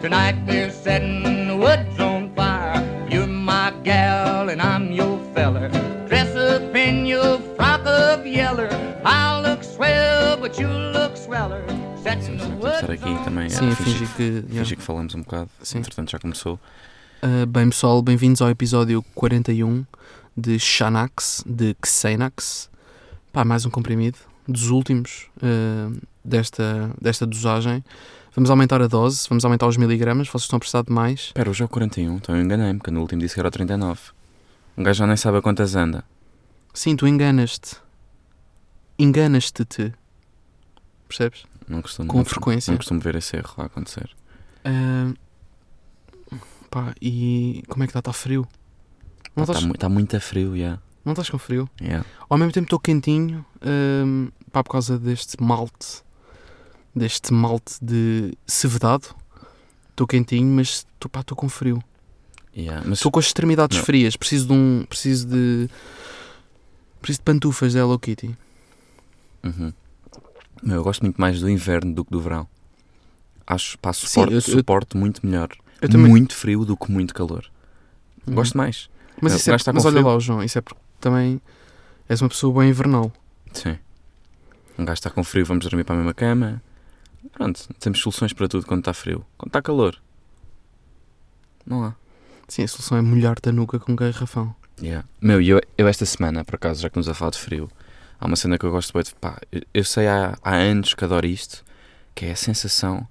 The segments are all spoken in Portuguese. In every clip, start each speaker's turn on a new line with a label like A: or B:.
A: Tonight we're setting the woods on fire. You're my gal and I'm your feller. Dress up in your frock of yeller. I look swell, but you look sweller. Setting the
B: Vamos
A: woods
B: começar
A: on
B: aqui também
C: Sim,
B: a
C: a fingir que. yeah.
B: fingir que falamos um bocado.
C: Sim.
B: Entretanto, já começou.
C: Uh, bem, pessoal, bem-vindos ao episódio 41 de Xanax, de Xenax. Pá, mais um comprimido, dos últimos uh, desta, desta dosagem. Vamos aumentar a dose, vamos aumentar os miligramas, vocês estão a precisar de mais.
B: Espera, hoje é o 41, então eu enganei-me, porque no último disse que era o 39. Um gajo já nem sabe a quantas anda.
C: Sim, tu enganas-te. Enganas-te-te. Percebes?
B: Não costumo,
C: Com
B: não costumo-
C: frequência.
B: Não costumo ver esse erro lá acontecer. Tá
C: Uh, pá, e como é que está? Está frio? Não
B: Está
C: estás
B: mu tá muito a frio, já.
C: não estás com frio?
B: Yeah.
C: Ao mesmo tempo estou quentinho, hum, pá, por causa deste malte, deste malte de cevedado. Estou quentinho, mas estou pá, estou com frio.
B: Yeah. Mas
C: Estou com as extremidades
B: Não.
C: frias, preciso de um, preciso de preciso de pantufas da Hello Kitty.
B: Uhum. Meu, eu gosto muito mais do inverno do que do verão. Acho, pá,
C: Sim,
B: suporto,
C: eu- eu-
B: suporto muito melhor.
C: Eu também.
B: Muito frio do que muito calor.
C: Uhum.
B: Gosto mais.
C: Mas,
B: Não,
C: isso
B: o
C: é,
B: gajo está com
C: mas olha
B: frio.
C: lá, João, isso é porque também és uma pessoa bem invernal.
B: Sim. Um gajo está com frio, vamos dormir para a mesma cama. Pronto, temos soluções para tudo quando está frio. Quando está calor, não há.
C: Sim, a solução é molhar-te a nuca com um garrafão.
B: Yeah. Meu, e eu, eu esta semana, por acaso, já que nos a falar de frio, há uma cena que eu gosto muito. Pá, eu, eu sei há, há anos que adoro isto, que é a sensação.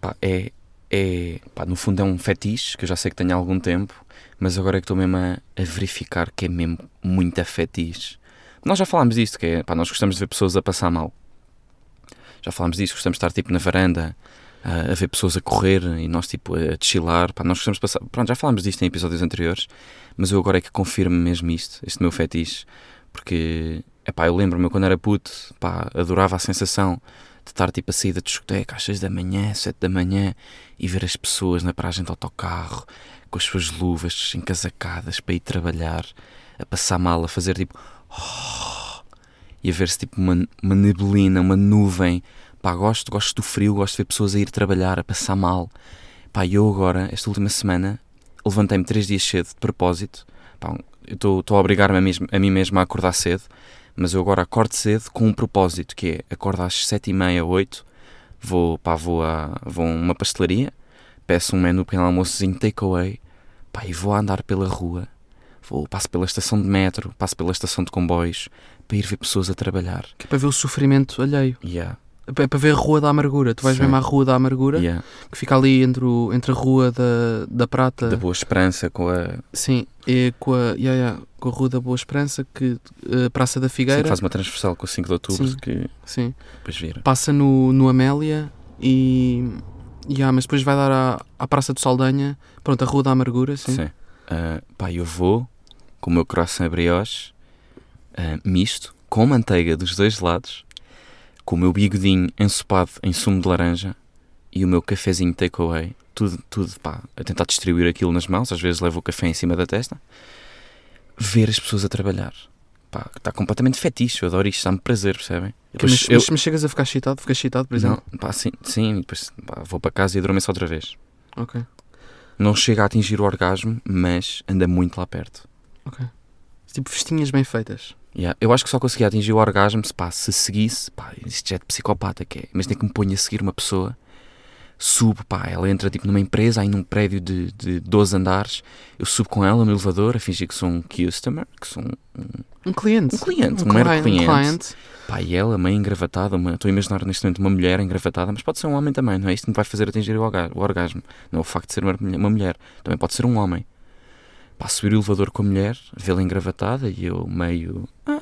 B: Pá, é. é pá, no fundo é um fetiche que eu já sei que tenho há algum tempo, mas agora é que estou mesmo a, a verificar que é mesmo muito fetiche. Nós já falámos disto, que é. Pá, nós gostamos de ver pessoas a passar mal. Já falámos disto, gostamos de estar tipo na varanda. A, a ver pessoas a correr e nós tipo a, a chilar, pá, nós gostamos de passar. Pronto, já falámos disto em episódios anteriores, mas eu agora é que confirmo mesmo isto, este meu fetiche, porque, epá, eu lembro-me eu quando era puto, pá, adorava a sensação de estar tipo a sair da discoteca às 6 da manhã, 7 da manhã e ver as pessoas na paragem do autocarro com as suas luvas encasacadas para ir trabalhar, a passar mal, a fazer tipo oh, e a ver-se tipo uma, uma neblina, uma nuvem. Pá, gosto, gosto do frio, gosto de ver pessoas a ir trabalhar, a passar mal. Pá, e eu agora, esta última semana, levantei-me três dias cedo de propósito. Pá, um, eu estou estou a obrigar-me a, mesmo- a mim mesmo a acordar cedo, mas eu agora acordo cedo com um propósito, que é acordo às sete e meia, oito, vou, pá, vou, a, vou a uma pastelaria, peço um menu pequeno almoçozinho takeaway, pá, e vou a andar pela rua. Vou, passo pela estação de metro, passo pela estação de comboios, para ir ver pessoas a trabalhar.
C: Que é para ver o sofrimento alheio.
B: Yeah,
C: É para ver a Rua da Amargura. Tu vais
B: Sim.
C: mesmo à Rua da Amargura,
B: yeah.
C: que fica ali entre, o, entre a Rua da, da Prata.
B: Da Boa Esperança com a.
C: Sim, é com a, yeah, yeah, com a Rua da Boa Esperança, que eh, Praça da
B: Sim,
C: Figueira,
B: faz uma transversal com o 5 de outubro
C: Sim.
B: que
C: sim,
B: depois vira.
C: passa no, no Amélia e. Yeah, mas depois vai dar à, à Praça do Saldanha, pronto, a Rua da Amargura, sim.
B: Sim. Ah, pá, eu vou com o meu croissant brioche ah, misto, com manteiga dos dois lados, com o meu bigodinho ensopado em sumo de laranja e o meu cafezinho takeaway, tudo, tudo, pá, a tentar distribuir aquilo nas mãos, às vezes levo o café em cima da testa, ver as pessoas a trabalhar. Pá, está completamente fetiche, eu adoro isto, dá-me prazer, percebem?
C: Que-
B: Depois
C: mas,
B: eu-
C: mas- mas chegas a ficar excitado, ficas excitado, por exemplo.
B: Não, pá, sim, sim, e depois pá, vou para casa e adormeço outra vez.
C: Ok,
B: Não chega a atingir o orgasmo, mas anda muito lá perto.
C: ok. Tipo, festinhas bem feitas.
B: Yeah, Eu acho que só conseguia atingir o orgasmo se, pá, se seguisse, pá, isto já é de psicopata que é, mas tem que me ponho a seguir uma pessoa, subo, pá, ela entra tipo numa empresa, aí num prédio de, de 12 andares, eu subo com ela no elevador a fingir que sou um customer, que sou um,
C: Um cliente.
B: um cliente, um, mero
C: cli- um
B: cliente.
C: cliente.
B: Pá, e ela, meio engravatada, uma, estou a imaginar neste momento uma mulher engravatada, mas pode ser um homem também, não é? Isto que me vai fazer atingir o, orga- o orgasmo. Não é o facto de ser uma, mulher- uma mulher, também pode ser um homem. Pá, subir o elevador com a mulher, vê-la engravatada e eu meio. ah,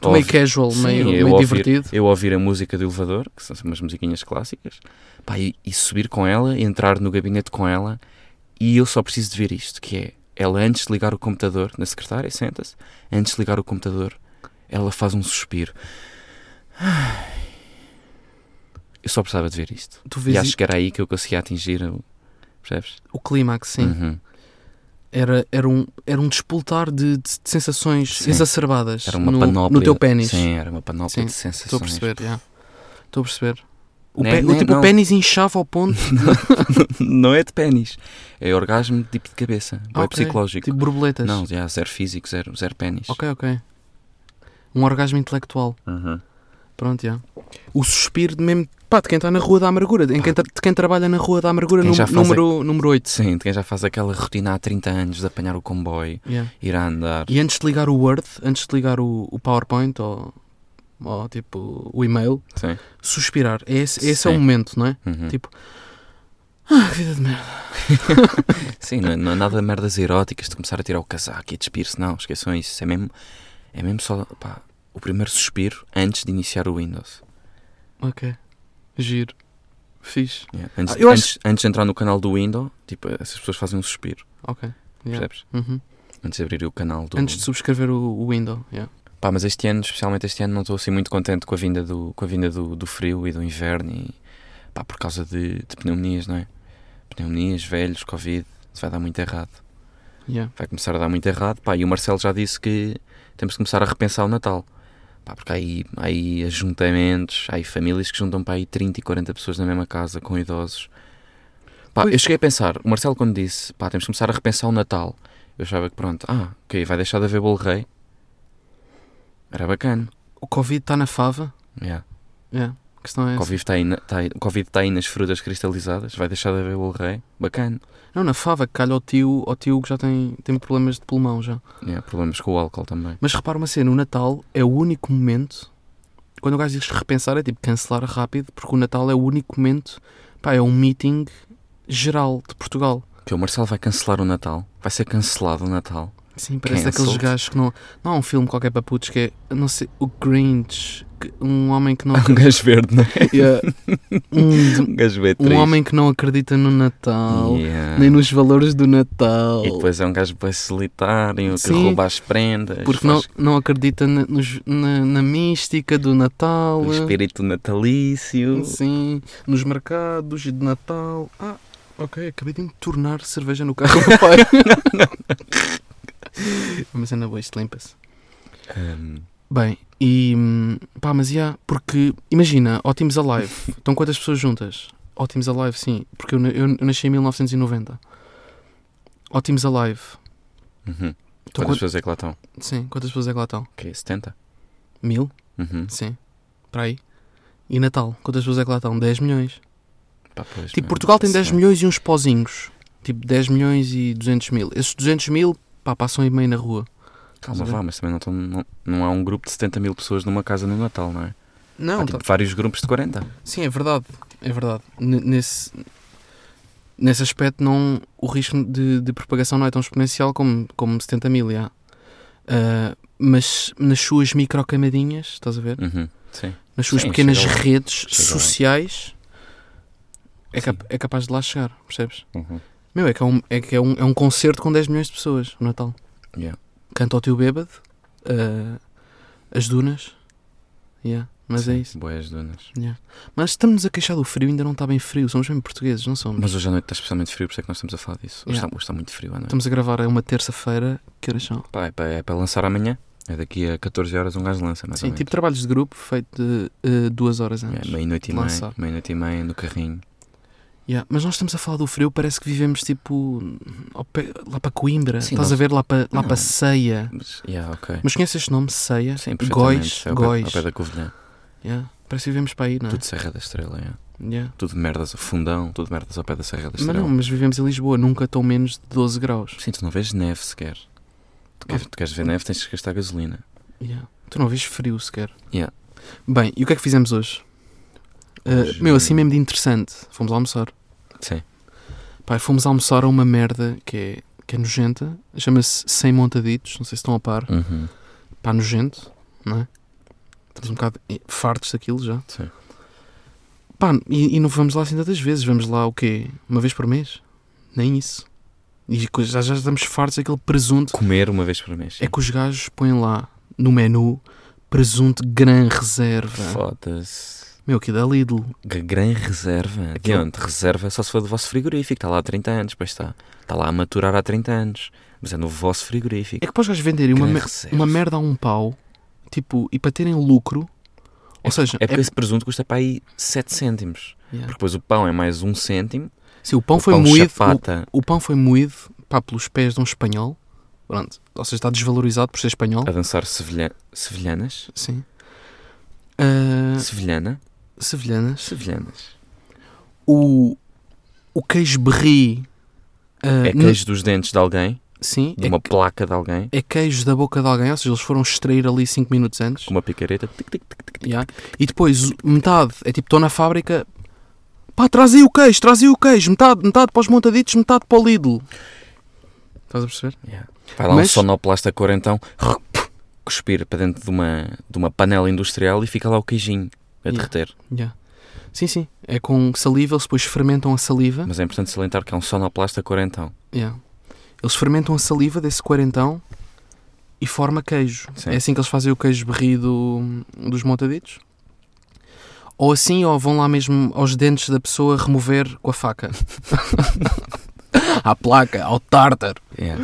C: Tu meio
B: Ouvi-
C: casual,
B: Sim,
C: meio,
B: eu
C: meio
B: ouvir-
C: divertido.
B: Eu ouvir a música do elevador, que são umas musiquinhas clássicas, pá, e, e subir com ela, entrar no gabinete com ela, e eu só preciso de ver isto, que é, ela antes de ligar o computador, na secretária, senta-se, antes de ligar o computador, ela faz um suspiro. Ai. Eu só precisava de ver isto.
C: Tu
B: E
C: vês
B: acho que era aí que eu conseguia atingir o... Percebes?
C: o clímax, sim.
B: Uhum.
C: era, era, um, era um despoltar de, de sensações
B: Sim.
C: exacerbadas
B: Era uma
C: no,
B: panóplia.
C: no teu pênis.
B: Sim, era uma panóplia
C: Sim,
B: de
C: Estou a
B: sensações.
C: perceber, já. Estou a perceber. O,
B: Né?
C: pé- o
B: Né?
C: tipo, o
B: Não.
C: pênis inchava ao ponto.
B: não é de pênis. É orgasmo de tipo de cabeça.
C: Ah,
B: Ou é
C: ok.
B: psicológico.
C: Tipo borboletas.
B: Não, já, zero físico, zero, zero pênis.
C: Ok, ok. Um orgasmo intelectual.
B: Uhum.
C: Pronto, já. O suspiro de mesmo. Pá, de quem está na Rua da Amargura. De, em quem, tra- de quem trabalha na Rua da Amargura,
B: Quem
C: num-
B: já faz é-
C: número, número 8.
B: Sim, de quem já faz aquela rotina há 30 anos de apanhar o comboio,
C: Yeah.
B: ir a andar.
C: E antes de ligar o Word, antes de ligar o, o PowerPoint ou, ou tipo o e-mail,
B: Sim.
C: suspirar. É Esse, esse é o
B: Sim.
C: momento, não é?
B: Uhum.
C: Tipo, Ah, vida de merda.
B: Sim, não, não é nada de merdas eróticas de começar a tirar o casaco e a despir-se, não, esqueçam isso. Isso É mesmo, é mesmo só pá, o primeiro suspiro antes de iniciar o Windows.
C: Ok. Giro. Fixe.
B: Yeah. Antes,
C: Ah, eu acho-
B: antes, antes de entrar no canal do Windows, tipo, essas pessoas fazem um suspiro,
C: Ok. Yeah.
B: percebes?
C: Uhum.
B: Antes de abrir o canal do
C: Antes de subscrever o, o Windows. Yeah.
B: Pá, mas este ano, especialmente este ano, não estou assim muito contente com a vinda do, com a vinda do, do frio e do inverno e pá, por causa de, de pneumonias, não é? Pneumonias, velhos, Covid, isso vai dar muito errado.
C: Yeah.
B: Vai começar a dar muito errado, pá, e o Marcelo já disse que temos de começar a repensar o Natal. Pá, porque há aí, há aí ajuntamentos, há aí famílias que juntam para aí 30 e 40 pessoas na mesma casa com idosos. Pá,
C: Pois.
B: eu cheguei a pensar, o Marcelo quando disse, pá, temos de começar a repensar o Natal, eu achava que pronto, ah, ok, vai deixar de haver bolo rei. Era bacana.
C: O Covid está na fava.
B: Yeah.
C: Yeah. A questão é essa.
B: Covid está aí, na- tá aí- Covid tá aí nas frutas cristalizadas, vai deixar de haver o rei. Bacana.
C: Não, na fava, que calha ao tio, ao tio que já tem, tem problemas de pulmão já.
B: Yeah, problemas com o álcool também.
C: Mas repara uma cena, o Natal é o único momento. Quando o gajo diz repensar, é tipo cancelar rápido, porque o Natal é o único momento. Pá, é um meeting geral de Portugal.
B: Que o Marcelo vai cancelar o Natal. Vai ser cancelado o Natal.
C: Sim, parece daqueles
B: Cancelled.
C: gajos que não. Não há um filme qualquer para putos que é. Não sei, o Grinch. que- Um homem que não.
B: Um gajo verde, não é?
C: Yeah. um,
B: Um gajo verde
C: um
B: triste.
C: homem que não acredita no Natal,
B: Yeah.
C: nem nos valores do Natal.
B: E depois é um gajo bem solitário, que
C: Sim.
B: rouba as prendas.
C: Porque não,
B: faz
C: não acredita na, nos- na- na mística do Natal.
B: O espírito natalício.
C: Sim, nos mercados e de Natal. Ah, ok, acabei de me tornar cerveja no carro do meu pai. mas ainda boa, isto limpa-se.
B: Ahm,
C: Bem, e hum, pá, mas já, porque imagina, Ótimos Alive, estão quantas pessoas juntas? Ótimos Alive, sim, porque eu, na- eu, eu nasci em 1990. Ótimos Alive,
B: uhum.
C: estão
B: Quantas
C: quant-
B: pessoas é que lá estão?
C: sim, quantas pessoas é que lá estão?
B: Que é 70?
C: Mil?
B: Uhum.
C: Sim, para aí. E Natal, quantas pessoas é que lá estão? 10 milhões.
B: Pá, pois,
C: Tipo,
B: não,
C: Portugal tem 10
B: sim.
C: milhões e uns pozinhos. Tipo, 10 milhões e 200 mil. Esses 200 mil, pá, passam aí meio na rua.
B: Calma,
C: né?
B: vá, mas também não, estão- não, não há um grupo de 70 mil pessoas numa casa no Natal, não é?
C: Não, tá-
B: há tipo vários grupos de 40.
C: sim, é verdade. É verdade. N- nesse, nesse aspecto, não, o risco de, de propagação não é tão exponencial como, como 70 mil, já. Ah, mas nas suas microcamadinhas, estás a ver?
B: Uhum, sim.
C: Nas suas
B: Sim,
C: pequenas
B: chega lá.
C: redes
B: Chega lá.
C: sociais, é,
B: Sim.
C: cap- é capaz de lá chegar, percebes?
B: Uhum.
C: Meu, é que é um, é que é um, é um concerto com 10 milhões de pessoas, o Natal.
B: Yeah.
C: Canta ao teu bêbado, ah, as dunas. Yeah, mas é
B: Sim,
C: isso.
B: Boas dunas.
C: Mas estamos a queixar do frio, ainda não está bem frio. Somos mesmo portugueses, não somos?
B: Mas hoje à noite está especialmente frio, por isso é que nós estamos a falar disso. Hoje,
C: Yeah.
B: está, hoje está muito frio à noite.
C: Estamos a gravar é uma terça-feira. Que horas são?
B: Pá, é, para, é para lançar amanhã. É daqui a 14 horas um gajo lança, mais
C: Sim,
B: ou menos.
C: tipo trabalhos de grupo feito de, ah, duas horas antes.
B: É, meia-noite e
C: de
B: meia,
C: lançar.
B: meia-noite e meia no carrinho.
C: Yeah, Mas nós estamos a falar do frio, parece que vivemos tipo ao pé- lá para Coimbra.
B: Sim,
C: Estás
B: nós-
C: a ver lá para,
B: Não.
C: lá para Ceia.
B: Mas, yeah, ok.
C: Mas conheces este nome? Ceia?
B: Sim,
C: Góis.
B: perfeitamente. É ao pé-
C: Góis.
B: Ao pé da Covilhã.
C: Yeah, Parece que vivemos para aí, não é?
B: Tudo Serra da Estrela, yeah.
C: Yeah.
B: Tudo merdas, fundão, tudo merdas ao pé da Serra da
C: Mas
B: Estrela.
C: não, mas vivemos em Lisboa, nunca estão menos de 12 graus.
B: Sim, tu não vês neve sequer. Tu queres, tu queres ver neve, tens de gastar gasolina.
C: Yeah. Tu não vês frio sequer.
B: Yeah.
C: Bem, e o que é que fizemos hoje? Uh,
B: Hoje-
C: meu, assim mesmo de interessante. Fomos almoçar.
B: Sim.
C: Pai, fomos almoçar a uma merda que é, que é nojenta. Chama-se Sem Montaditos. Não sei se estão a par.
B: Uhum.
C: Pá, nojento, não é? Estamos um bocado eh, fartos daquilo já.
B: Sim.
C: Pá, e, e não vamos lá assim tantas vezes. Vamos lá o quê? Uma vez por mês? Nem isso. E co- já, já estamos fartos daquele presunto.
B: Comer uma vez por mês. sim.
C: É que os gajos põem lá no menu presunto gran reserva.
B: Foda-se.
C: Meu, que da Lidl.
B: Gr- Gran reserva. De
C: Aquilo-
B: onde? Reserva só se for do vosso frigorífico. Está lá há 30 anos, pois está. Está lá a maturar há 30 anos. Mas é no vosso frigorífico.
C: É que para os gajos venderem uma,
B: Gran
C: mer-
B: reserva.
C: uma merda a um pau, tipo, e para terem lucro, Ou seja,
B: É
C: é,
B: porque esse presunto custa para aí 7 cêntimos.
C: yeah.
B: Porque depois o pão é mais um cêntimo.
C: Sim, o pão
B: o
C: foi
B: pão
C: moído. o-
B: chapata.
C: O, pão foi moído pá, pelos pés de um espanhol. Pronto. Ou seja, está desvalorizado por ser espanhol.
B: A dançar sevilha... sevilhanas?
C: Sim. Ah,
B: Sevilhana?
C: sevilhanas.
B: Sevilhanas.
C: O, o queijo berri. ah,
B: É
C: n-
B: queijo dos dentes de alguém,
C: Sim.
B: de
C: É,
B: uma placa de alguém,
C: é queijo da boca de alguém. Ou seja, eles foram extrair ali 5 minutos antes.
B: com uma picareta. Tic, tic, tic, tic, tic.
C: Yeah. E depois metade é tipo, estou na fábrica, pá, trazia o queijo, trazia o queijo, metade, metade para os montaditos, metade para o Lidl. Estás a perceber?
B: Yeah. Vai lá
C: Mas-
B: um sonoplasta cor então, cuspir para dentro de uma, de uma panela industrial e fica lá o queijinho a
C: Yeah.
B: derreter.
C: Yeah. Sim, sim. É com saliva, eles depois fermentam a saliva.
B: Mas é importante salientar que é um sonoplasta cor então.
C: Yeah. Eles fermentam a saliva desse quarentão e forma queijo.
B: Sim.
C: É assim que eles fazem o queijo berrido hum, dos montaditos. Ou assim, ou vão lá mesmo aos dentes da pessoa remover com a faca. à placa, ao tártaro.
B: Yeah.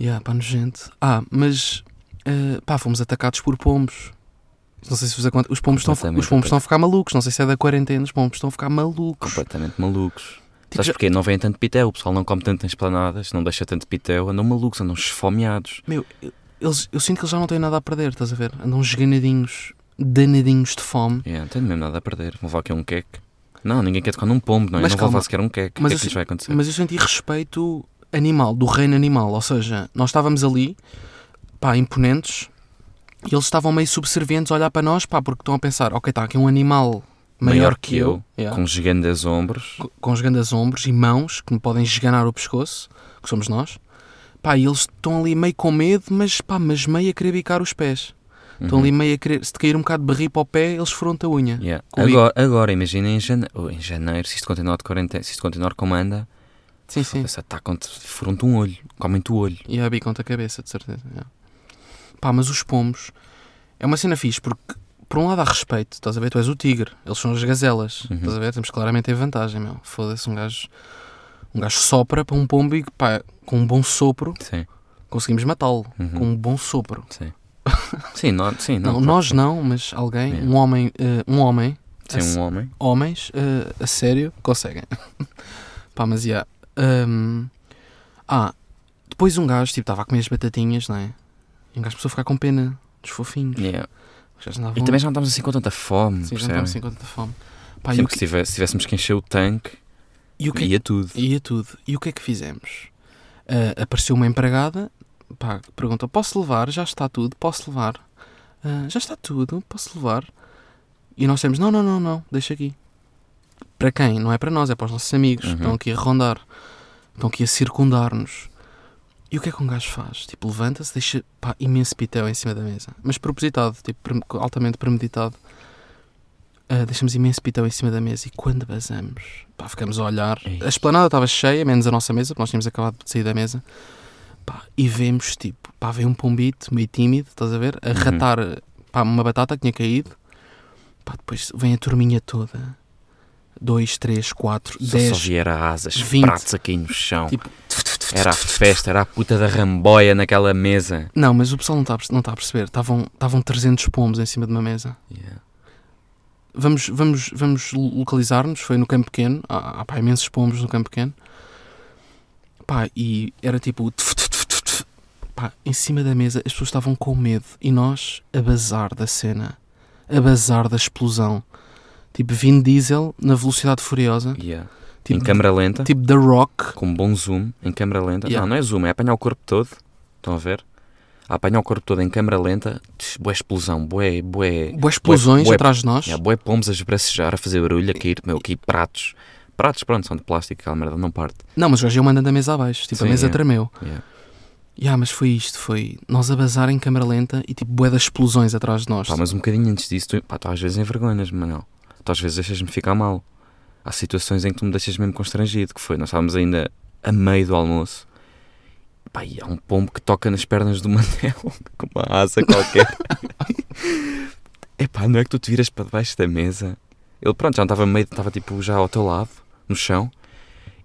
C: Yeah, pá, nojento. Ah, mas eh, pá, fomos atacados por pombos. Não sei se vos acontece. Os pombos, estão,
B: Completamente
C: os pombos estão a ficar malucos. Não sei se é da quarentena. Os pombos estão a ficar malucos.
B: Completamente malucos.
C: Tipo,
B: Sabes
C: já-
B: porquê? Não vem tanto pitel, o pessoal não come tanto nas planadas, não deixa tanto pitel, andam malucos, andam esfomeados.
C: Meu, eu- eles, eu sinto que eles já não têm nada a perder, estás a ver? Andam esganadinhos, danadinhos de fome.
B: Yeah, não tenho ah, então, mesmo nada a perder, vou levar aqui um queque. Não, ninguém quer tocar num pombo, não é?
C: Mas
B: não vou levar
C: calma.
B: sequer um queque. O
C: Mas assim,
B: que é que
C: eu
B: lhes
C: sei-
B: vai acontecer?
C: Mas eu senti respeito animal, do reino animal. Ou seja, nós estávamos ali, pá, imponentes, e eles estavam meio subservientes a olhar para nós, pá, porque estão a pensar, ok, está aqui um animal maior, que, eu. Yeah.
B: com os grandes ombros.
C: co- com os grandes ombros e mãos que me podem esganar o pescoço, que somos nós. Pá, e eles estão ali meio com medo, mas pá, mas meio a querer bicar os pés. Estão ali meio a querer, se te cair um bocado de barri para o pé, eles furam-te a unha.
B: Uhum. Yeah.
C: Com o bico.
B: Agora, agora imaginem em, jane... oh, em janeiro, se isto continuar de quarentena, se isto continuar como anda, tá
C: Sim, sim.
B: eles atacam-te, furam-te um olho, comem-te o olho.
C: E a bicam-te a cabeça, de certeza. yeah. Pá, mas os pombos é uma cena fixe, porque por um lado há respeito, estás a ver? Tu és o tigre, eles são as gazelas,
B: Uhum.
C: estás a ver? Temos claramente a vantagem, meu. Foda-se, um gajo, um gajo sopra para um pombo e pá, com um bom sopro
B: Sim,
C: conseguimos matá-lo,
B: Uhum.
C: com um bom sopro.
B: sim. sim, não, sim,
C: Não,
B: não.
C: nós não, mas alguém,
B: Yeah.
C: um homem, eh, um homem,
B: Sim, um homem.
C: homens, eh, a sério, conseguem. Pá, mas yeah. Hum, ah, depois um gajo, tipo, estava a comer as batatinhas, não é? E um gajo começou a ficar com pena dos fofinhos.
B: Yeah.
C: Os gajos andavam...
B: E também já não estamos assim com tanta fome,
C: Sim, já
B: percebem?
C: andavam sem conta da fome. Pá, e o
B: Sempre que
C: que,
B: se tivesse- se tivéssemos que encher o tanque,
C: e o que, é
B: ia tudo.
C: Ia tudo. E o que é que fizemos? Ah, apareceu uma empregada, pá, que perguntou: posso levar? Já está tudo, posso levar? Ah, já está tudo, posso levar? E nós temos: não, não, não, não, deixa aqui. Para quem? Não é para nós, é para os nossos amigos.
B: Uhum.
C: Estão aqui a rondar, estão aqui a circundar-nos. E o que é que um gajo faz? Tipo, levanta-se, deixa pá, imenso pitel em cima da mesa. Mas propositado, tipo, pre- altamente premeditado. Ah, deixamos imenso pitel em cima da mesa e quando basamos, pá, ficamos a olhar.
B: Ei.
C: A esplanada estava cheia, menos a nossa mesa, porque nós tínhamos acabado de sair da mesa. Pá, e vemos, tipo, pá, veio um pombito meio tímido, estás a
B: Uhum.
C: ver? A ratar pá, uma batata que tinha caído. Pá, depois vem a turminha toda. Dois, três, quatro,
B: Só, só
C: dez.
B: vier a asas,
C: 20.
B: pratos a cair no chão.
C: Tipo,
B: Era a festa, era a puta da ramboia naquela mesa.
C: Não, mas o pessoal não está a, perce- não está a perceber. Estavam, estavam 300 pombos em cima de uma mesa.
B: Yeah.
C: Vamos, vamos, vamos lo- localizar-nos. Foi no campo pequeno. Há, há pá, imensos pombos no campo pequeno. Pá, e era tipo... o tf, tf, tf, tf, tf. Pá, em cima da mesa as pessoas estavam com medo. E nós a bazar da cena. A bazar da explosão. Tipo Vin Diesel na velocidade furiosa.
B: Yeah. em
C: Tipo,
B: câmera lenta,
C: tipo The Rock.
B: com bom zoom, em câmera lenta.
C: Yeah.
B: Não, não é zoom, é apanhar o corpo todo. Estão a ver? A apanhar o corpo todo em câmera lenta, tch, bué explosão, bué, bué.
C: Boas explosões
B: bué-
C: atrás de nós.
B: Yeah, bué pomos a esbracejar, a fazer barulho, a cair, meu, aqui pratos. Pratos, pronto, são de plástico, aquela merda não parte.
C: Não, mas o gajo ia mandando a mesa abaixo. Tipo,
B: Sim,
C: a mesa
B: é.
C: tremeu.
B: Yeah.
C: Ya, mas foi isto, foi nós a bazar em câmara lenta e tipo bué das explosões atrás de nós.
B: Pá, mas um bocadinho antes disso, tu, pá, tu às vezes envergonhas-me, Manel. Tu às vezes deixas-me ficar mal. Há situações em que tu me deixas mesmo constrangido, que foi, nós estávamos ainda a meio do almoço. Pá, e há um pombo que toca nas pernas do Manel, com uma asa qualquer. Epá, não é que tu te viras para debaixo da mesa? Ele, pronto, já não estava meio, estava tipo já ao teu lado, no chão.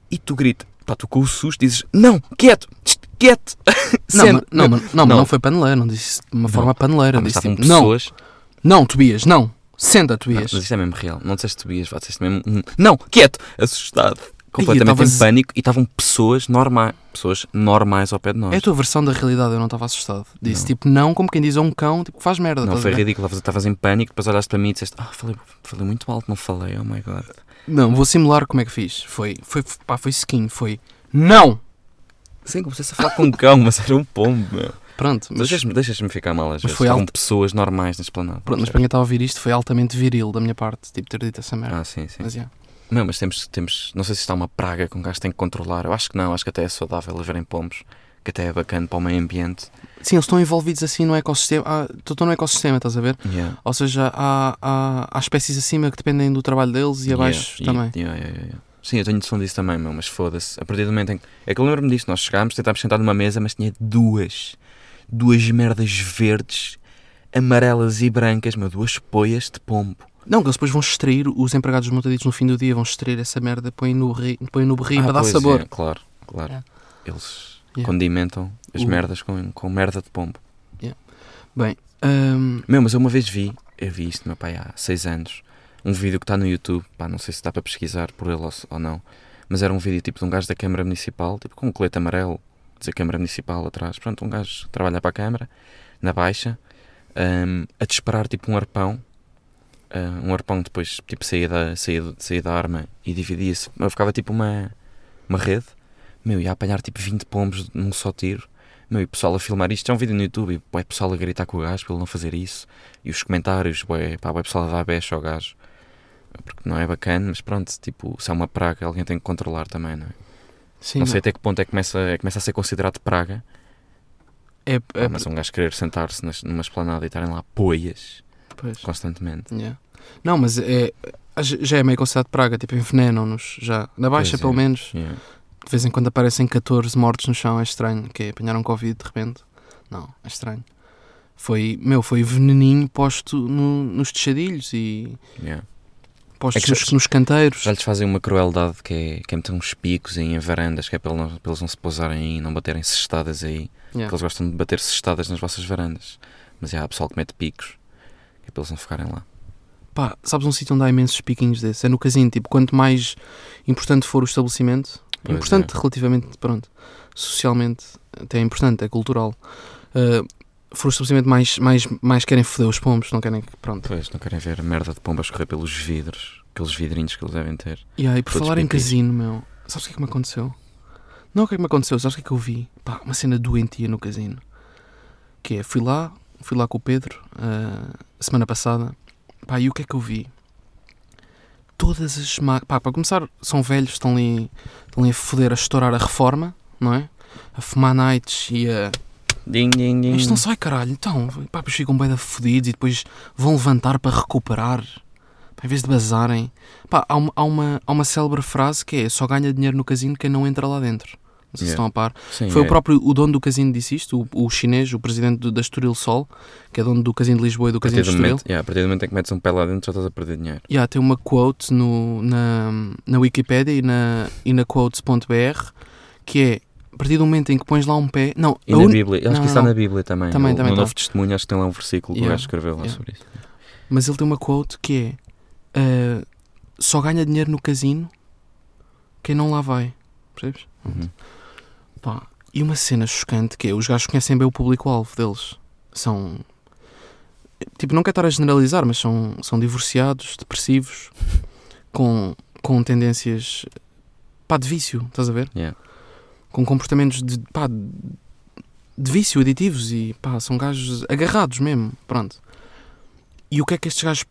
B: E tu grita, pá, tu com o susto dizes, não, quieto, tch, quieto.
C: não,
B: Senta."
C: mas- não, mas- não, mas
B: Não.
C: não foi paneleira, não disse de uma forma paneleira.
B: Ah, mas
C: disse
B: estavam
C: tipo, não,
B: pessoas
C: não, Tobias, não, Senta,
B: Não,
C: Tobias.
B: mas isto é mesmo real. Não disseste Tobias, vá, disseste mesmo. "Hum." Não, quieto! Assustado. Completamente
C: tava
B: em
C: z-
B: pânico e estavam pessoas normais, pessoas normais ao pé de nós.
C: É a tua versão da realidade, eu não estava assustado. Disse tipo não, como quem diz a um cão, tipo que faz merda.
B: Não,
C: estás a
B: foi
C: ver?
B: ridículo. Estavas em pânico, depois olhaste para mim e disseste: Ah, falei, falei muito alto, não falei, oh my god.
C: Não, vou simular como é que fiz. Foi, foi, pá, foi skin, foi não!
B: Sim, comecei a falar com um cão, mas era um pombo, meu.
C: Pronto, mas,
B: Deixas-me deixas-me ficar mal às
C: mas
B: vezes.
C: foi
B: Estavam
C: alto.
B: pessoas normais na esplanada.
C: pronto, mas para quem estava a ouvir isto foi altamente viril da minha parte, tipo ter dito essa merda.
B: Ah, sim, sim.
C: Mas yeah.
B: Não, mas temos, temos. Não sei se está uma praga que um gajo tem que controlar. Eu acho que não, acho que até é saudável verem pombos, que até é bacana para o meio ambiente.
C: Sim, eles estão envolvidos assim no ecossistema. Ah, estão no ecossistema, estás a ver?
B: Yeah.
C: Ou seja, há, há, há espécies acima que dependem do trabalho deles e abaixo
B: Yeah,
C: também.
B: e- yeah, yeah, yeah, yeah. Sim, eu tenho noção disso também, meu, mas foda-se. A partir do momento em que. É que eu lembro-me disso, nós chegámos, tentámos sentar numa mesa, mas tinha duas. Duas merdas verdes, amarelas e brancas, meu, duas poias de pombo.
C: Não, que eles depois vão extrair, os empregados dos montaditos no fim do dia vão extrair essa merda, põem no, ri, põem no berri para dar
B: pois,
C: sabor.
B: é, claro, claro.
C: Yeah.
B: Eles
C: Yeah.
B: condimentam as
C: O-
B: merdas com, com merda de pombo.
C: Ahm,
B: Meu, mas eu uma vez vi, eu vi isto, meu pai, há seis anos, um vídeo que está no YouTube, pá, não sei se dá para pesquisar por ele ou, se- ou não, mas era um vídeo tipo de um gajo da Câmara Municipal, tipo com um colete amarelo, dizer Câmara Municipal atrás, pronto, um gajo que trabalha para a Câmara, na Baixa, ahm, a disparar tipo um arpão, ah, um arpão depois tipo saía da, saía, do- saía da arma e dividia-se, Meu, ficava tipo uma, uma rede, meu, ia apanhar tipo 20 pombos num só tiro, meu, e o pessoal a filmar isto, é um vídeo no YouTube, e o pessoal a gritar com o gajo para ele não fazer isso, e os comentários, bué, pá, o pessoal a dar becha ao gajo, porque não é bacana, mas pronto, tipo, se é uma praga, alguém tem que controlar também, não é?
C: sim,
B: não
C: não.
B: sei até que ponto é que começa, é que começa a ser considerado praga,
C: É, é,
B: mas um gajo querer sentar-se nas- numa esplanada e estarem lá poias
C: pois.
B: constantemente.
C: Yeah. Não, mas é, já é meio considerado praga, tipo, envenenam-nos já. Na baixa,
B: Pois é.
C: pelo menos,
B: Yeah.
C: de vez em quando aparecem 14 mortos no chão, é estranho. Que apanharam Covid de repente? Não, é estranho. Foi, meu, foi veneninho posto no- nos techadilhos e
B: Yeah.
C: posto
B: É que já-
C: nos, nos canteiros.
B: Já lhes fazem uma crueldade que é, que é meter uns picos em varandas, que é para eles não, para eles não se pousarem aí e não baterem cestadas aí.
C: Yeah.
B: Porque eles gostam de bater cestadas nas vossas varandas. Mas já há pessoal que mete picos, que é para eles não ficarem lá.
C: Pá, sabes um sítio onde há imensos piquinhos desses? É no casino, tipo, quanto mais importante for o estabelecimento, é
B: Pois
C: importante relativamente, pronto, socialmente, até é importante, é cultural, uh, for o estabelecimento mais, mais, mais querem foder os pombos, não querem que, pronto.
B: Pois, não querem ver a merda de pomba escorrer pelos vidros, aqueles vidrinhos que eles devem ter.
C: E aí, por
B: Todos
C: falar em
B: pipis.
C: casino, meu, sabes o que é que me aconteceu? Não, o que é que me aconteceu? Sabes o que é que eu vi? Pá, uma cena doentia no casino. Que é, fui lá, fui lá com o Pedro, ah, semana passada, pá, e o que é que eu vi? Todas as máquinas, pá, para começar, são velhos, estão ali, estão ali a foder, a estourar a reforma, não é? A fumar nights e a...
B: Ding, ding, ding.
C: Isto não sai, caralho, então, pá, depois ficam bem da fodidos e depois vão levantar para recuperar, pá, em vez de bazarem. Pá, há uma, há, uma, há uma célebre frase que é, só ganha dinheiro no casino quem não entra lá dentro. Não sei
B: Yeah.
C: se estão a par.
B: Sim,
C: Foi
B: é.
C: o próprio, o dono do casino disse isto, o, o chinês, o presidente do, da Estoril Sol, que é dono do casino de Lisboa e do
B: A partir,
C: casino de
B: do
C: Estoril.
B: momento, yeah, a partir do momento em que metes um pé lá dentro, já estás a perder dinheiro.
C: Yeah, tem uma quote no, na, na Wikipedia e na, e na quotes.br que é, a partir do momento em que pões lá um pé... Não,
B: E
C: a
B: na
C: un-
B: Bíblia, eu acho
C: Não,
B: que isso está
C: não,
B: na Bíblia também.
C: Também,
B: no,
C: também
B: no
C: tá.
B: Novo Testemunho, acho que tem lá um versículo que o
C: Yeah.
B: gajo escreveu lá
C: Yeah.
B: sobre isso.
C: Mas ele tem uma quote que é "Ah, só ganha dinheiro no casino quem não lá vai. Percebes?
B: Uhum.
C: Pá, e uma cena chocante que é os gajos conhecem bem o público-alvo deles. São. Tipo, não quero estar a generalizar, mas são, são divorciados, depressivos, com, com tendências. pá, de vício, estás a ver?
B: Yeah.
C: Com comportamentos de. pá, de vício, aditivos e pá, são gajos agarrados mesmo, pronto. E o que é que estes gajos.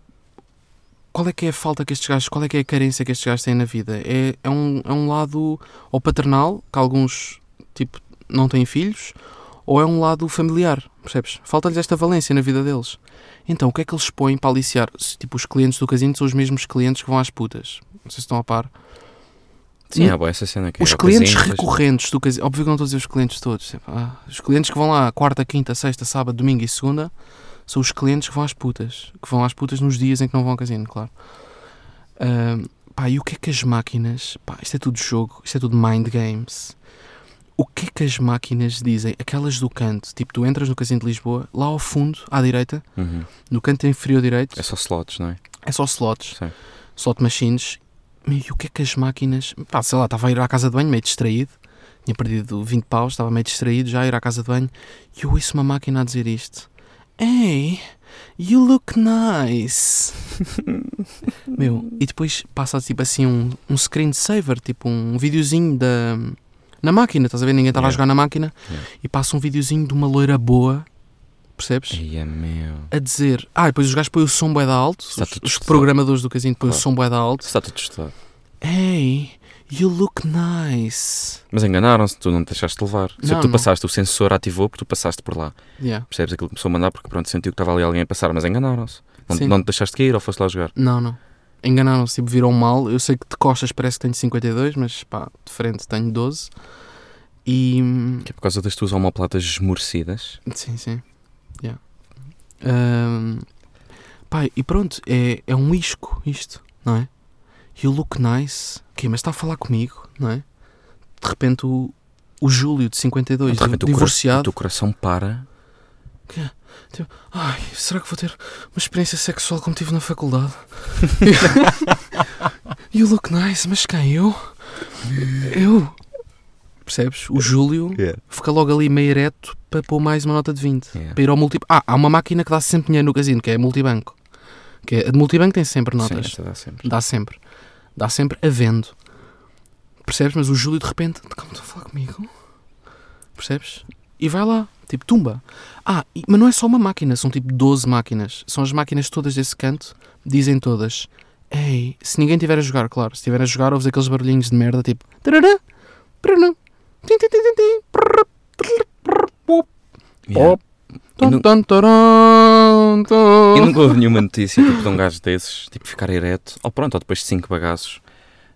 C: Qual é que é a falta que estes gajos. Qual é que é a carência que estes gajos têm na vida? É, é, um, é um lado ou paternal, que alguns, tipo, não têm filhos, ou é um lado familiar, percebes? Falta-lhes esta valência na vida deles. Então, o que é que eles põem para aliciar? Se, tipo, os clientes do casino são os mesmos clientes que vão às putas. Não sei se estão a par.
B: Sim,
C: Hum.
B: é boa essa cena que é
C: Os
B: ao
C: clientes
B: casino, depois-
C: recorrentes do casino. Óbvio que não estou a dizer os clientes todos. sempre, ah, os clientes que vão lá quarta, quinta, sexta, sábado, domingo e segunda são os clientes que vão às putas. Que vão às putas nos dias em que não vão ao casino, claro. Ah, pá, e o que é que as máquinas. Pá, isto é tudo jogo, isto é tudo mind games. O que é que as máquinas dizem? Aquelas do canto, tipo, tu entras no Casino de Lisboa, lá ao fundo, à direita,
B: Uhum.
C: no canto inferior direito,
B: É só slots, não é?
C: é só slots,
B: Sim.
C: slot machines. E o que é que as máquinas. Pá, sei lá, estava a ir à casa de banho meio distraído, tinha perdido 20 paus, estava meio distraído já a ir à casa de banho, e eu ouço uma máquina a dizer isto: Hey, you look nice. Meu, e depois passa tipo assim um, um screensaver, tipo um videozinho da. Na máquina, estás a ver? Ninguém estava a
B: Yeah.
C: jogar na máquina.
B: Yeah.
C: E passa um videozinho de uma loira boa, percebes?
B: Eia, é meu.
C: a dizer. Ah, e depois os gajos põem o som bué da alto.
B: Está
C: Os,
B: tudo
C: os
B: estudado.
C: programadores do casino põem o
B: Claro.
C: som bué da alto.
B: Está tudo estudado.
C: Hey, you look nice.
B: Mas enganaram-se, tu não te deixaste levar. Se
C: Não,
B: tu
C: não.
B: passaste, o sensor ativou porque tu passaste por lá.
C: Yeah.
B: Percebes? Aquilo começou a mandar porque pronto, sentiu que estava ali alguém a passar, mas enganaram-se. Não,
C: Sim.
B: não te deixaste cair ou foste lá jogar.
C: Não, não. Enganaram-se, tipo, viram mal. Eu sei que de costas parece que tenho 52, mas pá, de frente tenho 12. E. hum,
B: Que é por causa das tuas homoplatas esmorecidas.
C: Sim, sim. Yeah. Ahm, pá, e pronto, é, é um isco isto, não é? You look nice. Ok, mas está a falar comigo, não é? De repente o, o Júlio de 52,
B: Ah, de repente Então, o cora-
C: divorciado.
B: o teu coração para.
C: Ai, será que vou ter uma experiência sexual como tive na faculdade? you look nice, mas quem? Eu? Eu? Percebes? O Júlio fica logo ali meio ereto para pôr mais uma nota de 20.
B: Yeah.
C: Para ir ao multibanco. Ah, há uma máquina que dá sempre dinheiro no casino, que é a multibanco. Que é, a de multibanco tem sempre
B: Sim,
C: notas.
B: esta dá sempre.
C: Dá sempre. Dá sempre a vendo. Percebes? Mas o Júlio de repente, como estou a falar comigo? Percebes? E vai lá, tipo, tumba. Ah, e- mas não é só uma máquina, são tipo 12 máquinas. São as máquinas todas desse canto, dizem todas. Ei, se ninguém estiver a jogar, claro, se estiver a jogar, ouves aqueles barulhinhos de merda, tipo. tarará, tarará, tim, tim, tim, tim, tim, prrr, prrr, prrr, pop,
B: Yeah.
C: pop, tum,
B: não-
C: tum, taram, tum.
B: E nunca houve nenhuma notícia tipo, de um gajo desses, tipo ficar ereto, ou pronto, ou depois de 5 bagaços,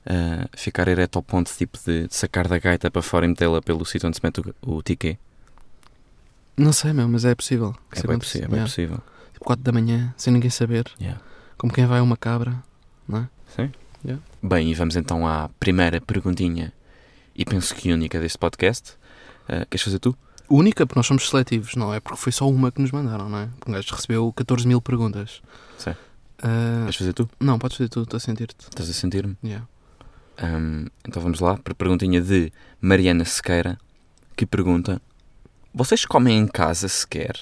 B: ah, ficar ereto ao ponto tipo, de sacar da gaita para fora e metê-la pelo sítio onde se mete o, o tiquê.
C: Não sei, meu, mas é possível. que
B: É
C: isso
B: bem
C: aconteça.
B: possível, é bem
C: Yeah.
B: possível.
C: tipo 4 da manhã, sem ninguém saber,
B: Yeah.
C: como quem vai a uma cabra.
B: Sim?
C: Yeah.
B: Bem, e vamos então à primeira perguntinha, e penso que única deste podcast. Ah, queres fazer tu?
C: Única, porque nós somos seletivos, não é? Porque foi só uma que nos mandaram, não é? Porque um gajo recebeu 14 mil perguntas.
B: Sim.
C: Ah,
B: Queres fazer tu?
C: não, podes fazer tu, estou a sentir-te.
B: Estás a sentir-me?
C: Yeah.
B: Ahm, então vamos lá, para a perguntinha de Mariana Sequeira, que pergunta: Vocês comem em casa sequer?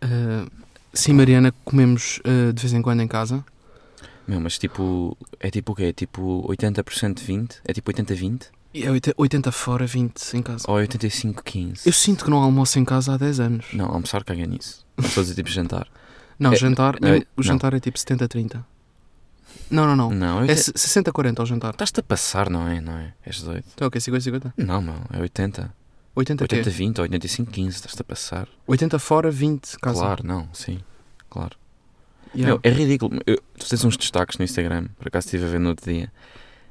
C: Ah, sim, Mariana, comemos ah, de vez em quando em casa.
B: Meu, mas tipo, é tipo o quê? É tipo 80% de 20? É tipo 80-20?
C: E é 80, 80 fora, 20 em casa.
B: Ou é 85-15?
C: Eu sinto que não almoço em casa há 10 anos.
B: Não, almoçar caga nisso. Não estou a dizer tipo jantar.
C: Não,
B: É,
C: jantar,
B: é,
C: eu- o
B: não.
C: jantar é tipo 70-30. Não, não, não.
B: Não, eu
C: É
B: te-
C: 60-40 ao jantar.
B: Estás-te a passar, não é? Não é? És doido?
C: Então, ok, 50-50.
B: Não, meu, é 80.
C: 80 quê?
B: 80-20 ou 85-15, estás-te a passar.
C: 80 fora, 20 casa.
B: Claro, não, sim. Claro.
C: Yeah.
B: Meu, é ridículo. Eu, tu tens uns destaques no Instagram, por acaso estive a ver no outro dia.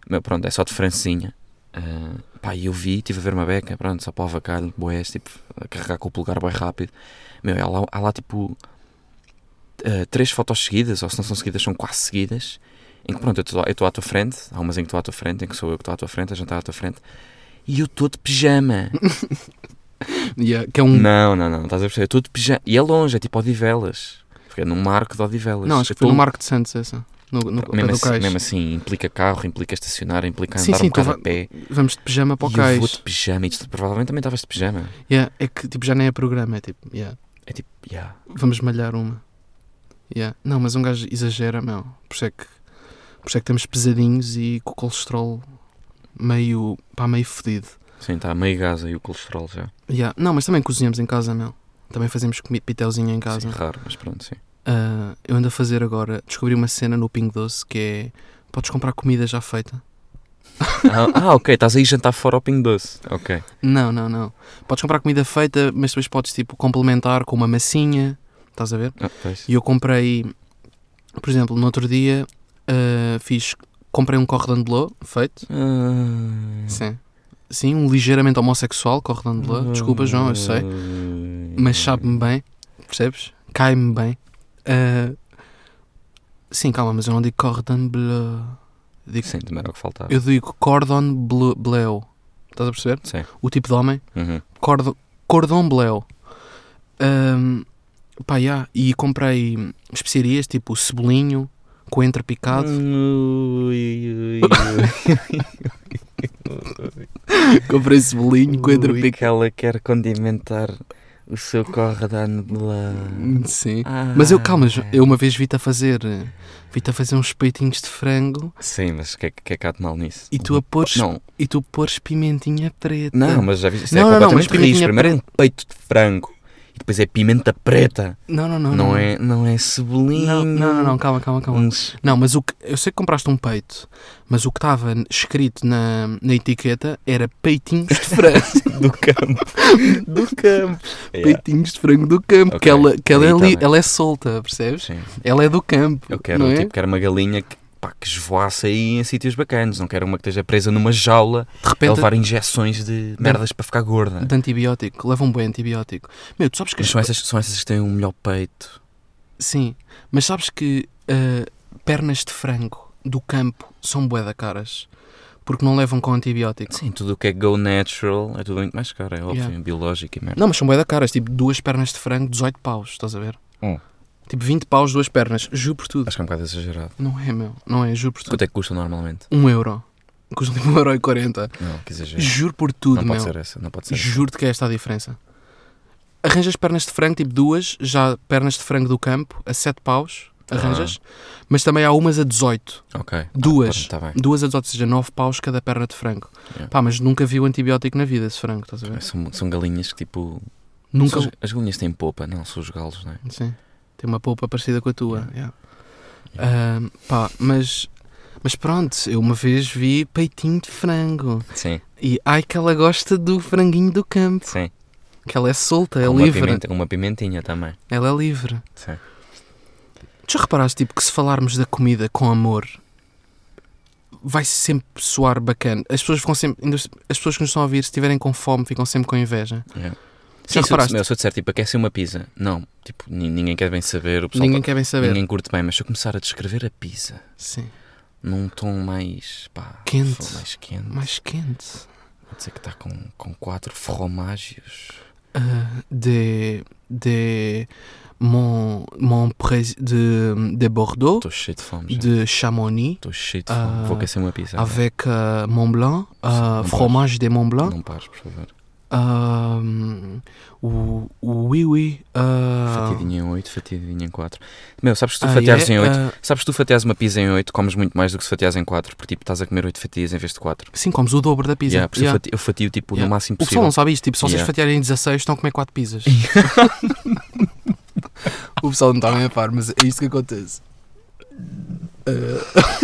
B: Meu, pronto, é só de francinha. Ah, pá, e eu vi, estive a ver uma beca, pronto, só para o avacalho, boés, tipo, a carregar com o pulgar bem rápido. Meu, há lá, há lá, tipo, ah, três fotos seguidas, ou se não são seguidas, são quase seguidas, em que, pronto, eu estou- eu estou à tua frente, há umas em que estou à tua frente, em que sou eu que estou à tua frente, a jantar à tua frente, e eu estou de pijama.
C: Yeah, que é um
B: Não, não, não, estás a perceber? Eu Estou de pijama. E é longe, é tipo Odivelas. Porque é num marco de Odivelas.
C: Não, acho
B: Eu
C: que foi
B: tô-
C: no Marco de Santos essa. No, no, ao pé
B: Mesmo
C: do
B: assim,
C: cais.
B: mesmo assim, implica carro, implica estacionar, implica
C: Sim,
B: andar
C: sim,
B: um bocado
C: tu
B: a pé.
C: Vamos de pijama para o
B: E eu vou de
C: cais.
B: pijama. E tu provavelmente também estavas de pijama.
C: Yeah, é que tipo, já nem é programa, é tipo, yeah,
B: É tipo, yeah.
C: vamos malhar uma. Yeah. Não, mas um gajo exagera, meu. Por isso é que, por isso é que temos pesadinhos e com o colesterol meio, pá, meio fedido.
B: Sim, está meio gás aí o colesterol já.
C: Yeah. Não, mas também cozinhamos em casa, meu. Também fazemos comi- pitelzinho em casa.
B: Sim, raro, mas pronto, sim.
C: Ah, eu ando a fazer agora, descobri uma cena no Pingo Doce que é, podes comprar comida já feita.
B: Ah, ah, ok, estás aí jantar fora ao Pingo Doce. Ok.
C: Não, não, não. Podes comprar comida feita, mas depois podes tipo complementar com uma massinha, estás a ver?
B: Ah, pois.
C: E eu comprei, por exemplo, no outro dia ah, fiz, comprei um corredão de lô feito.
B: Ah.
C: Sim. Sim, um ligeiramente homossexual corredão de
B: Uhum.
C: lô. Desculpa, João, eu sei. Mas sabe-me bem, percebes? Cai-me bem. Ah, sim, calma, mas eu não digo corredão de lô. Digo,
B: Sim, também era o que faltava.
C: eu digo cordon bleu, bleu Estás a perceber?
B: Sim.
C: O tipo de homem.
B: Uhum.
C: Cordo, cordon bleu. Ahm, pá, yeah. E comprei especiarias tipo cebolinho, coentro picado. comprei cebolinho, coentro
B: Ui,
C: picado.
B: que ela quer condimentar o seu corre da anebla.
C: Sim. Mas eu, calma,
B: Ah.
C: eu uma vez vi-te a fazer, eh, vi-te a fazer uns peitinhos de frango
B: Sim, mas o que, é que que é que há de mal nisso?
C: e tu a pôres,
B: Não,
C: e tu pôres pimentinha preta.
B: não, mas já viste? Isto
C: Não,
B: é
C: não, não, mas
B: completamente rígido.
C: pimentinha
B: Primeiro é um peito de frango e depois é pimenta preta.
C: não, não, não.
B: Não, é, assim. não é cebolinha.
C: Não, não, não, não, calma, calma, calma.
B: Uns-
C: Não, mas o que, eu sei que compraste um peito, mas o que estava escrito na, na etiqueta era peitinhos de frango.
B: do campo. do campo. Yeah.
C: peitinhos de frango do campo,
B: Ok,
C: que ela, que ela, é,
B: aí tá
C: li-
B: bem.
C: ela é solta, percebes?
B: Sim.
C: Ela é do campo.
B: Eu quero,
C: não é?
B: tipo, quero uma galinha que, pá, que esvoaça aí em sítios bacanas. Não quero uma que esteja presa numa jaula
C: de
B: a
C: repente,
B: levar injeções de merdas para ficar gorda.
C: de antibiótico, leva um bom antibiótico. Meu, tu sabes que
B: Mas
C: as
B: são essas, são essas que têm um melhor peito.
C: Sim, mas sabes que ah, pernas de frango do campo são bué da caras porque não levam com antibiótico.
B: Sim, tudo o que é go natural é tudo muito mais caro, é óbvio,
C: Yeah.
B: biológico e merda.
C: Não, mas são bué da caras, tipo duas pernas de frango, 18 paus, estás a ver?
B: Hum.
C: Tipo 20 paus, duas pernas, juro por tudo.
B: Acho que é um bocado exagerado.
C: Não é, meu, não é, juro por tudo.
B: Quanto é que custa normalmente?
C: Um euro, custa tipo um euro e quarenta.
B: Não, que exagero.
C: Juro por
B: É.
C: tudo,
B: não pode
C: meu.
B: ser essa, não pode ser. essa.
C: Juro-te que é esta a diferença. Arranjas pernas de frango, tipo duas, já pernas de frango do campo, a 7 paus, arranjas,
B: Ah.
C: mas também há umas a 18.
B: Ok.
C: Duas.
B: Está bem.
C: Duas a 18, ou seja, 9 paus cada perna de frango.
B: Yeah.
C: Pá, mas nunca vi o antibiótico na vida, esse frango, estás a ver?
B: São, são galinhas que tipo.
C: Nunca.
B: são- as galinhas têm popa, não, são os galos, não é?
C: Sim. Tem uma polpa parecida com a tua. yeah. Ah, pá, mas. Mas pronto, eu uma vez vi peitinho de frango.
B: Sim,
C: E ai que ela gosta do franguinho do campo.
B: sim.
C: Que ela é solta, é
B: Com uma,
C: livre.
B: pimenta- uma pimentinha também.
C: Ela é livre.
B: Sim.
C: Tu já reparaste, tipo, que se falarmos da comida com amor, vai sempre soar bacana. As pessoas ficam sempre. ainda- As pessoas que nos estão a ouvir, se estiverem com fome, ficam sempre com inveja.
B: Yeah.
C: Já
B: Sim, é se,
C: reparaste?
B: eu- se eu disser tipo, aquece uma pizza, não, tipo, ni- ninguém quer bem saber, o pessoal
C: Ninguém
B: tá-
C: quer bem saber.
B: ninguém curte bem, mas se eu começar a descrever a pizza
C: Sim.
B: num tom mais pá,
C: Quente.
B: fo- mais quente,
C: Mais quente.
B: vou dizer que está com, com quatro fromagios,
C: Ah, de. de. Mon. Mon prés, de, de Bordeaux,
B: estou cheio de fome, já.
C: de Chamonix,
B: estou cheio de fome,
C: Ah,
B: vou aquecer uma pizza. agora.
C: avec ah, Mont Blanc, ah,
B: Não podes.
C: fromage de Mont Blanc.
B: Não pares, por favor.
C: ah, o, o oui, oui. ah,
B: Fatidinha em 8, fatidinha em 4. Meu, sabes que se tu
C: ah,
B: fatiares
C: é,
B: em 8,
C: ah,
B: sabes que tu fatias uma pizza em 8, comes muito mais do que se fatias em 4, porque tipo, estás a comer 8 fatias em vez de 4.
C: Sim, comes o dobro da pizza.
B: Yeah, por isso eu
C: Yeah.
B: fati- eu fatio tipo
C: Yeah.
B: no máximo
C: O pessoal
B: possível.
C: não sabe isto, tipo, se vocês
B: Yeah.
C: fatiarem em 16 estão a comer 4 pizzas. o pessoal não está bem a par, mas é isto que acontece. Ah.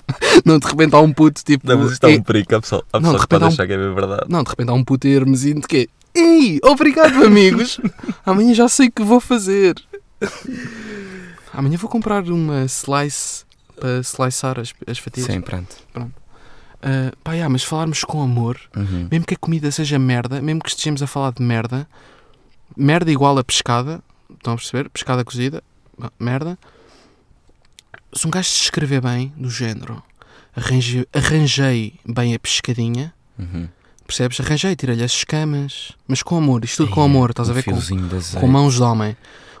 C: não, de repente há um puto tipo. eh,
B: perigo, há pessoal, há
C: pessoal de que repente pode há um- achar
B: que é bem verdade.
C: Não, de repente há um puto hermesinho de quê? Ei, obrigado amigos! Amanhã já sei o que vou fazer. Amanhã vou comprar uma slice para slicear as, as fatias.
B: Sim, pronto.
C: Ah, pá, yeah, mas falarmos com amor
B: Uhum.
C: Mesmo que a comida seja merda, mesmo que estejamos a falar de merda, merda igual a pescada, estão a perceber? Pescada cozida, merda. Se um gajo se escrever bem, do género, arranjei, arranjei bem a pescadinha,
B: Uhum.
C: percebes? Arranjei, tirei-lhe as escamas, mas com amor, isto tudo com
B: Ei,
C: amor, estás a ver? Com,
B: Um fiozinho de azeite.
C: com mãos de homem.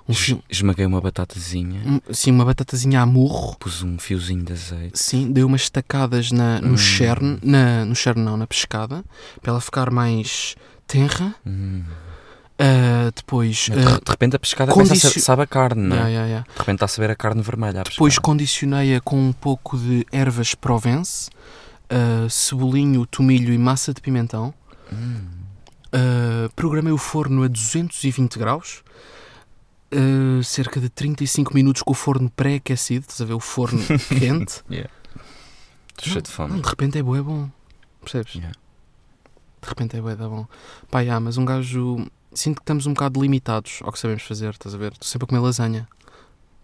C: Um
B: Es-
C: fio,
B: Esmaguei uma batatazinha,
C: um- assim, uma batatazinha a murro,
B: pus um fiozinho de azeite.
C: Sim, dei umas tacadas na, no
B: Hum.
C: cherne, na, no cherne não, na pescada, para ela ficar mais tenra.
B: Hum.
C: Ah, depois,
B: De,
C: ah,
B: de repente a pescada começa a
C: condicio-
B: sa- sabe a carne, não é?
C: yeah, yeah, yeah.
B: De repente está a saber a carne vermelha. à
C: depois
B: pescada.
C: condicionei-a com um pouco de ervas provence, ah, cebolinho, tomilho e massa de pimentão.
B: Hum.
C: Ah, programei o forno a 220 graus, ah, cerca de 35 minutos com o forno pré-aquecido, estás a ver, o forno quente.
B: Estou cheio de
C: Não,
B: fome.
C: de repente é bué bom, percebes?
B: Yeah.
C: De repente é bué da bom. Pá, yeah, mas um gajo... Sinto que estamos um bocado limitados ao que sabemos fazer, estás a ver? Estou sempre a comer lasanha,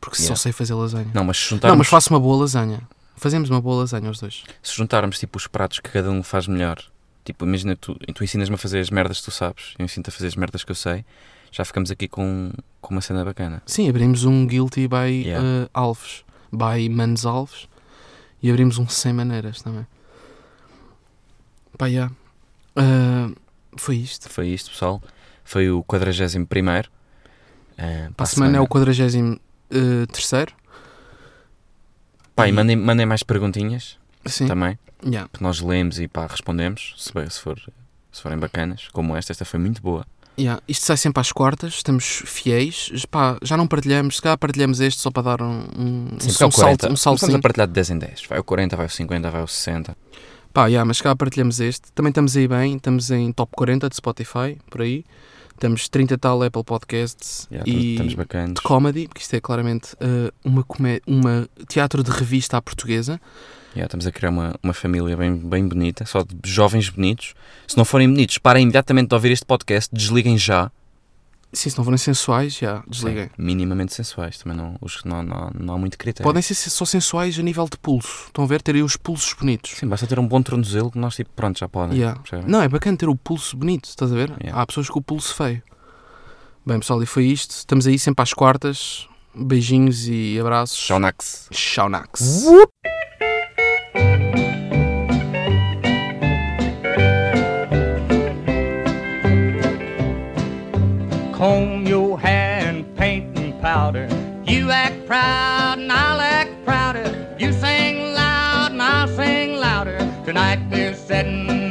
C: porque só
B: Yeah.
C: sei fazer lasanha.
B: Não, mas se
C: Não,
B: juntarmos,
C: mas faço uma boa lasanha. Fazemos uma boa lasanha os dois.
B: se juntarmos tipo os pratos que cada um faz melhor, tipo, imagina tu, tu ensinas-me a fazer as merdas que tu sabes, eu ensino-te a fazer as merdas que eu sei, já ficamos aqui com, com uma cena bacana.
C: Sim, abrimos um Guilty by
B: Yeah.
C: eh, Alves, by Manos Alves, e abrimos um Sem Maneiras também. Pá, já. Ah, foi isto.
B: Foi isto, pessoal. Foi o 41 primeiro. Ah,
C: Para a semana é o 43 terceiro.
B: Pá, e mandem, mandem mais perguntinhas
C: Sim.
B: também.
C: Yeah.
B: que nós lemos e pá, respondemos, se, bem- se, for, se forem bacanas, como esta, esta foi muito boa.
C: Yeah. Isto sai sempre às quartas, estamos fiéis. Pá, já não partilhamos, se calhar partilhamos este só para dar um, um, um,
B: Sim, porque é o
C: um salto.
B: 40.
C: Um salto
B: Estamos a partilhar de 10 em 10. Vai o 40, vai o 50, vai o 60.
C: Pá, yeah, mas cá partilhamos este. Também estamos aí bem, estamos em top 40 de Spotify, por aí. Estamos 30 tal Apple Podcasts
B: Yeah,
C: e
B: Estamos bacanas.
C: de comedy, porque isto é claramente eh, uma, comé- uma teatro de revista à portuguesa.
B: Yeah, estamos a criar uma, uma família bem, bem bonita, só de jovens bonitos. Se não forem bonitos, parem imediatamente de ouvir este podcast, desliguem já.
C: Sim, se não forem sensuais, já desliguem.
B: Sim, minimamente sensuais, também não, os, não, não, não há muito critério.
C: Podem ser só sensuais a nível de pulso. Estão a ver? Terem os pulsos bonitos.
B: Sim, basta ter um bom tornozelo que nós, tipo, pronto, já podem.
C: Yeah.
B: percebem?
C: Não, é bacana ter o pulso bonito, estás a ver?
B: Yeah.
C: Há pessoas com o pulso feio. Bem, pessoal, e foi isto. Estamos aí sempre às quartas. Beijinhos e abraços.
B: Shonax.
C: Shaunax.
A: comb your hair and paint and powder. You act proud and I'll act prouder. You sing loud and I'll sing louder. Tonight we're setting